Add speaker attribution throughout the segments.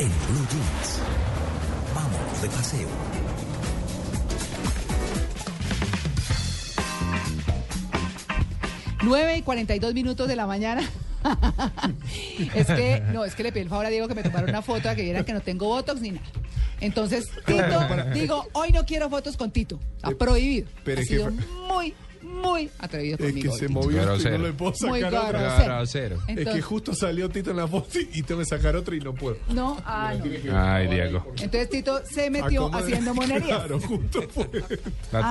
Speaker 1: en Blue Jeans. Vamos de paseo.
Speaker 2: Nueve y 42 minutos de la mañana. es que, no, es que le pedí el favor a Diego que me tomara una foto a que vieran que no tengo botox ni nada. Entonces, Tito, digo, hoy no quiero fotos con Tito. Está prohibido.
Speaker 3: Eh, pero
Speaker 2: ha
Speaker 3: es que
Speaker 2: sido
Speaker 3: fue-
Speaker 2: muy, muy atrevido
Speaker 3: Es que
Speaker 2: conmigo. hoy,
Speaker 3: se
Speaker 2: Tito.
Speaker 3: movió esto y
Speaker 4: Grosero.
Speaker 3: no le puedo
Speaker 2: Muy
Speaker 3: sacar otra.
Speaker 2: grosero.
Speaker 4: Grosero.
Speaker 3: Es que
Speaker 2: Entonces-
Speaker 3: justo salió Tito en la foto y y tengo que sacar otra y no puedo.
Speaker 2: No, ah, no.
Speaker 4: Ay, Diego.
Speaker 2: Entonces Tito se metió
Speaker 3: Acomoda-
Speaker 2: haciendo monerías.
Speaker 3: Claro, justo fue.
Speaker 4: La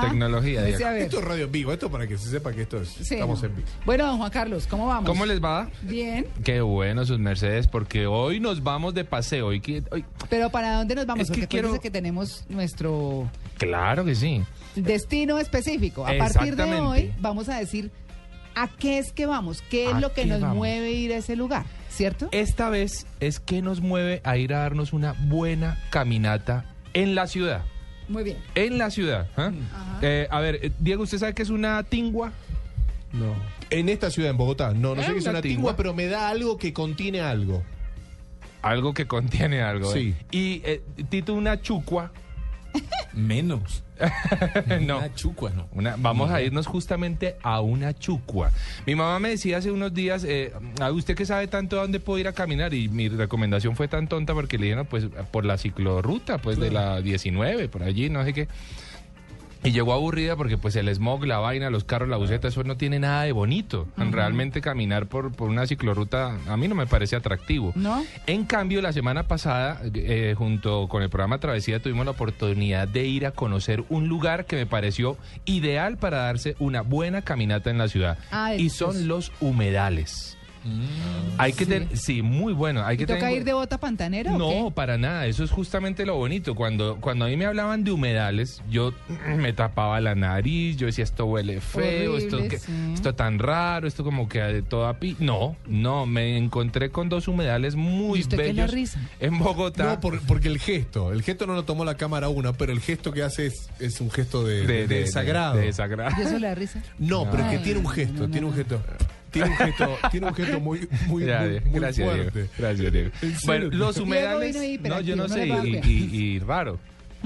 Speaker 2: Ah,
Speaker 4: tecnología,
Speaker 2: dice,
Speaker 4: Diego.
Speaker 2: a ver,
Speaker 3: Esto es radio en vivo, esto para que se sepa que esto es,
Speaker 2: sí,
Speaker 3: estamos
Speaker 2: no.
Speaker 3: en vivo.
Speaker 2: Bueno, don Juan Carlos, ¿cómo vamos?
Speaker 4: ¿Cómo les va?
Speaker 2: Bien,
Speaker 4: Qué bueno sus mercedes, porque hoy nos vamos de paseo. Y que- hoy-
Speaker 2: pero ¿para dónde nos vamos?
Speaker 4: Es que
Speaker 2: Porque acuérdense
Speaker 4: quiero-
Speaker 2: que tenemos nuestro
Speaker 4: claro que sí.
Speaker 2: destino específico. A partir de
Speaker 4: Exactamente.
Speaker 2: hoy vamos a decir a qué es que vamos, qué es
Speaker 4: ¿A
Speaker 2: lo que
Speaker 4: qué
Speaker 2: nos
Speaker 4: vamos? Eh,
Speaker 2: mueve ir a ese lugar, ¿cierto?
Speaker 4: Esta vez es que nos mueve a ir a darnos una buena caminata en la ciudad.
Speaker 2: Muy bien.
Speaker 4: En la ciudad. ¿ah? Eh, a ver, eh, Diego, ¿usted sabe qué es una tingua?
Speaker 3: No. En esta ciudad, en Bogotá, no, no
Speaker 4: Es
Speaker 3: sé qué es
Speaker 4: una
Speaker 3: una
Speaker 4: tigua.
Speaker 3: tigua, pero me da algo que contiene algo.
Speaker 4: Algo que contiene algo. ¿eh?
Speaker 3: Sí.
Speaker 4: Y eh, Tito, una chucua.
Speaker 5: Menos.
Speaker 4: no.
Speaker 5: Una Ah, chucua, no.
Speaker 4: Una- vamos a irnos justamente a una chucua. Mi mamá me decía hace unos días, eh, "Ay, ¿usted que sabe tanto a dónde puedo ir a caminar? Y mi recomendación fue tan tonta porque le dije, no, pues por la ciclorruta, pues de la 19, por allí, no sé qué. Y llegó aburrida porque pues el smog, la vaina, los carros, la buceta, eso no tiene nada de bonito. Realmente caminar por, por una ciclorruta a mí no me parece atractivo.
Speaker 2: ¿No?
Speaker 4: En cambio, la semana pasada, eh, junto con el programa Travesía, tuvimos la oportunidad de ir a conocer un lugar que me pareció ideal para darse una buena caminata en la ciudad.
Speaker 2: Ah,
Speaker 4: y
Speaker 2: es-
Speaker 4: son los humedales. Hay que
Speaker 2: Sí.
Speaker 4: tener, sí, muy bueno. Hay
Speaker 2: ¿Y
Speaker 4: que
Speaker 2: toca
Speaker 4: tener-
Speaker 2: ir de bota pantanera o
Speaker 4: no,
Speaker 2: qué?
Speaker 4: para nada. Eso es justamente lo bonito. Cuando, cuando a mí me hablaban de humedales, yo me tapaba la nariz, yo decía, esto huele feo,
Speaker 2: Horrible,
Speaker 4: esto, que-
Speaker 2: sí.
Speaker 4: esto tan raro, esto como que de toda pi... No, no, me encontré con dos humedales muy
Speaker 2: ¿Y usted qué le
Speaker 4: bellos
Speaker 2: risa?
Speaker 4: en Bogotá.
Speaker 3: No, por- porque el gesto, el gesto no lo tomó la cámara una, pero el gesto que hace es, es un gesto de, de- de desagrado.
Speaker 4: de desagrado.
Speaker 2: ¿Y eso le da risa?
Speaker 3: no, pero es que
Speaker 2: Ay,
Speaker 3: tiene un gesto, tiene un gesto. Tiene un gesto, tiene un gesto muy, muy,
Speaker 4: Ya,
Speaker 3: muy,
Speaker 4: Diego.
Speaker 3: muy
Speaker 4: gracias, Diego.
Speaker 3: fuerte.
Speaker 4: Gracias, Diego.
Speaker 3: En serio.
Speaker 4: Bueno, los
Speaker 2: Diego
Speaker 4: humedales...
Speaker 2: vino ahí, pero
Speaker 4: No, yo
Speaker 2: aquí
Speaker 4: no
Speaker 2: no
Speaker 4: sé,
Speaker 2: le puedo Hmm.
Speaker 4: y,
Speaker 2: cuidar.
Speaker 4: y- y raro,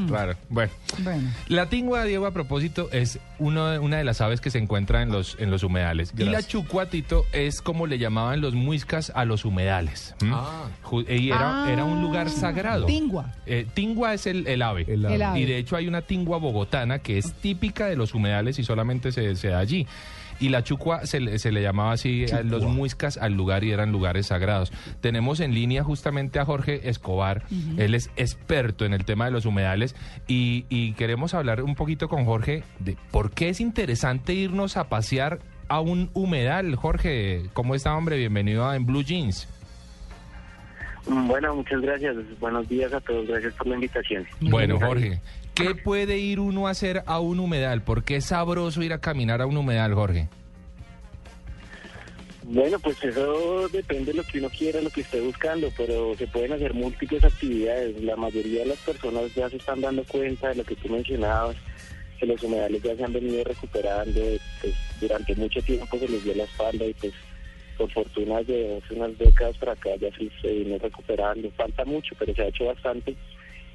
Speaker 4: raro. Bueno.
Speaker 2: Bueno.
Speaker 4: La tingua, Diego, a propósito, es uno de- una de las aves que se encuentra en los, en los humedales. Y la
Speaker 3: Gracias.
Speaker 4: chucuatito es como le llamaban los muiscas a los humedales. ¿m?
Speaker 3: Ah.
Speaker 4: Ju- Y era,
Speaker 2: Ah,
Speaker 4: era un lugar sagrado.
Speaker 2: Tingua.
Speaker 4: Eh, tingua es el, el ave.
Speaker 3: El ave.
Speaker 2: El ave.
Speaker 4: Y de hecho hay una tingua bogotana que es típica de los humedales y solamente se, se da allí. Y la chucua se, le- se le llamaba así a los muiscas al lugar y eran lugares sagrados. Tenemos en línea justamente a Jorge Escobar. Él es experto en el tema de los humedales y, y queremos hablar un poquito con Jorge de por qué es interesante irnos a pasear a un humedal. Jorge, ¿cómo está, hombre? Bienvenido a En Blue Jeans.
Speaker 6: Bueno, muchas gracias. Buenos días a todos. Gracias por la invitación.
Speaker 4: Bueno, Jorge, ¿qué puede ir uno a hacer a un humedal? ¿Por qué es sabroso ir a caminar a un humedal, Jorge?
Speaker 6: Bueno, pues eso depende de lo que uno quiera, lo que esté buscando, pero se pueden hacer múltiples actividades. La mayoría de las personas ya se están dando cuenta de lo que tú mencionabas, que los humedales ya se han venido recuperando. Pues, durante mucho tiempo se les dio la espalda y pues por fortuna de hace unas décadas para acá ya se, se vino recuperando. Falta mucho, pero se ha hecho bastante.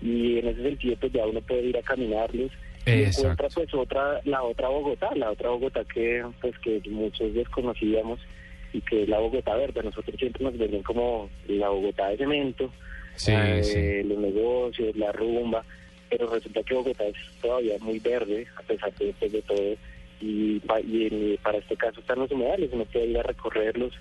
Speaker 6: Y en ese sentido pues ya uno puede ir a caminarlos. y encuentra
Speaker 4: Exacto.
Speaker 6: pues otra la otra Bogotá la otra Bogotá que pues que muchos desconocíamos y que es la Bogotá verde nosotros siempre nos venden como la Bogotá de cemento
Speaker 4: Sí,
Speaker 6: eh,
Speaker 4: sí.
Speaker 6: los negocios la rumba pero resulta que Bogotá es todavía muy verde a pesar de, pues, de todo y, pa- y en- para este caso están los humedales uno puede ir a recorrerlos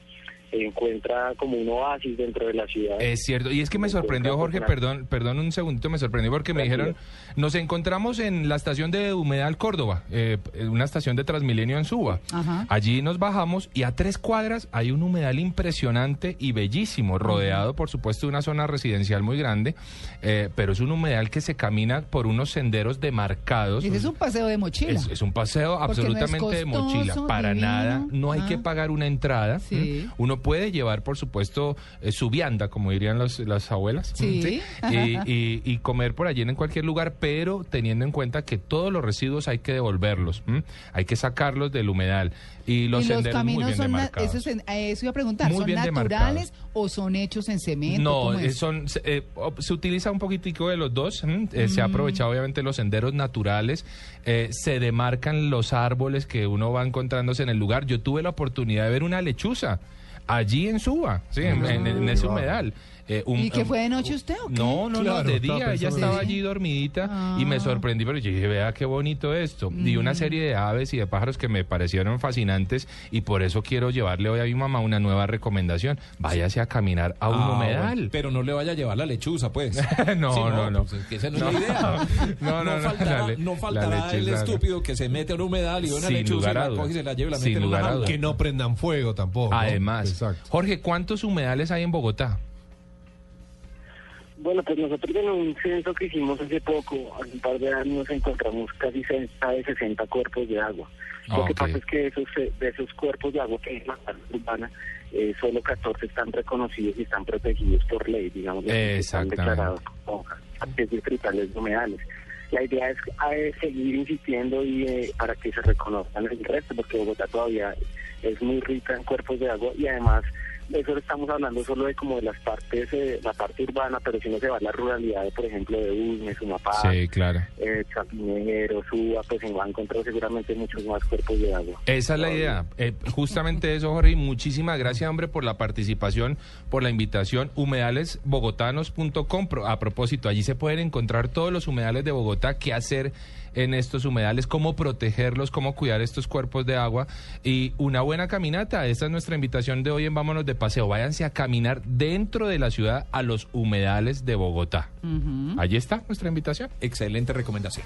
Speaker 6: encuentra como un oasis dentro de la ciudad
Speaker 4: Es cierto, y es que me sorprendió Jorge, perdón, perdón un segundito, me sorprendió porque me dijeron, nos encontramos en la estación de Humedal Córdoba, eh, una estación de Transmilenio en Suba.
Speaker 2: Ajá.
Speaker 4: Allí nos bajamos y a tres cuadras hay un humedal impresionante y bellísimo, rodeado por supuesto de una zona residencial muy grande, eh, pero es un humedal que se camina por unos senderos demarcados.
Speaker 2: Ese es un paseo de mochila.
Speaker 4: Es, es un paseo
Speaker 2: Porque no es
Speaker 4: absolutamente de mochila,
Speaker 2: costoso,
Speaker 4: para
Speaker 2: divino.
Speaker 4: nada. No hay
Speaker 2: Ah.
Speaker 4: que pagar una entrada.
Speaker 2: Sí.
Speaker 4: ¿m? Uno puede llevar, por supuesto, eh, su vianda, como dirían las- las abuelas.
Speaker 2: Sí.
Speaker 4: Y, y- y comer por allí en cualquier lugar, pero teniendo en cuenta que todos los residuos hay que devolverlos, ¿m? hay que sacarlos del humedal. Y los,
Speaker 2: y los
Speaker 4: senderos muy
Speaker 2: caminos
Speaker 4: bien
Speaker 2: son, na-
Speaker 4: demarcados.
Speaker 2: eso, es en- a eso iba a preguntar,
Speaker 4: Muy
Speaker 2: ¿son
Speaker 4: bien
Speaker 2: naturales
Speaker 4: demarcados.
Speaker 2: o son hechos en cemento?
Speaker 4: No,
Speaker 2: ¿Cómo
Speaker 4: eh,
Speaker 2: es?
Speaker 4: son, se, eh, op- se utiliza un poquitico de los dos. ¿m? Eh, Se ha
Speaker 2: Mm.
Speaker 4: aprovechado obviamente los senderos naturales. eh, se demarcan los árboles que uno va encontrándose en el lugar. Yo tuve la oportunidad de ver una lechuza allí en Suba, sí, en, en- en ese humedal. Eh, un-
Speaker 2: ¿Y que
Speaker 4: un-
Speaker 2: fue de noche usted o qué?
Speaker 4: No, no,
Speaker 3: Claro,
Speaker 4: no, de
Speaker 3: estaba
Speaker 4: día. Ella
Speaker 3: pensando en
Speaker 4: estaba
Speaker 2: eso.
Speaker 4: allí dormidita y me sorprendí, pero yo dije, vea qué bonito esto. Y una serie de aves y de pájaros que me parecieron fascinantes y por eso quiero llevarle hoy a mi mamá una nueva recomendación. Váyase a caminar a un
Speaker 5: Ah, bueno,
Speaker 4: humedal.
Speaker 5: Pero no le vaya a llevar la lechuza, pues.
Speaker 4: No, no, no.
Speaker 5: pues, es que esa no, es la idea.
Speaker 4: No, no, no,
Speaker 5: faltará,
Speaker 4: la le-
Speaker 5: no
Speaker 4: la
Speaker 5: faltará el
Speaker 4: lechuza, no.
Speaker 5: estúpido que se mete a un humedal y ve una
Speaker 4: Sin
Speaker 5: lechuza
Speaker 4: lugar
Speaker 5: y
Speaker 4: a
Speaker 5: la
Speaker 4: dudas.
Speaker 5: coge y se la lleva y la
Speaker 4: Sin
Speaker 5: mete en una
Speaker 4: lugar a
Speaker 5: jaula.
Speaker 4: dudas.
Speaker 3: Que no prendan fuego tampoco. ¿no?
Speaker 4: Además,
Speaker 3: Exacto.
Speaker 4: Jorge, ¿cuántos humedales hay en Bogotá?
Speaker 6: Bueno, pues nosotros en un censo que hicimos hace poco, hace un par de años, encontramos casi cerca de 60 cuerpos de agua.
Speaker 4: Ah,
Speaker 6: Lo que
Speaker 4: ok.
Speaker 6: pasa es que de esos, eh, de esos cuerpos de agua que hay en la parte urbana, eh, solo 14 están reconocidos y están protegidos por ley, digamos, que están
Speaker 4: Exactamente.
Speaker 6: declarados como parques distritales de humedales. La idea es eh, seguir insistiendo y eh, para que se reconozcan el resto, porque Bogotá todavía es muy rica en cuerpos de agua y además eso estamos hablando solo de como de las partes, eh, la parte urbana, pero si no se va a la ruralidad, por ejemplo, de Usme, Sumapaz,
Speaker 4: Sí, claro.
Speaker 6: eh, Chapinero, Suba, pues en va a encontrar seguramente muchos más cuerpos de agua.
Speaker 4: Esa es la idea. Eh, justamente eso, Jorge. y Muchísimas gracias, hombre, por la participación, por la invitación. Humedalesbogotanos.com. Pro- A propósito, allí se pueden encontrar todos los humedales de Bogotá, qué hacer en estos humedales, cómo protegerlos, cómo cuidar estos cuerpos de agua y una buena caminata. Esta es nuestra invitación de hoy en Vámonos de Paseo. Váyanse a caminar dentro de la ciudad a los humedales de Bogotá. Allí está nuestra invitación.
Speaker 5: Excelente recomendación.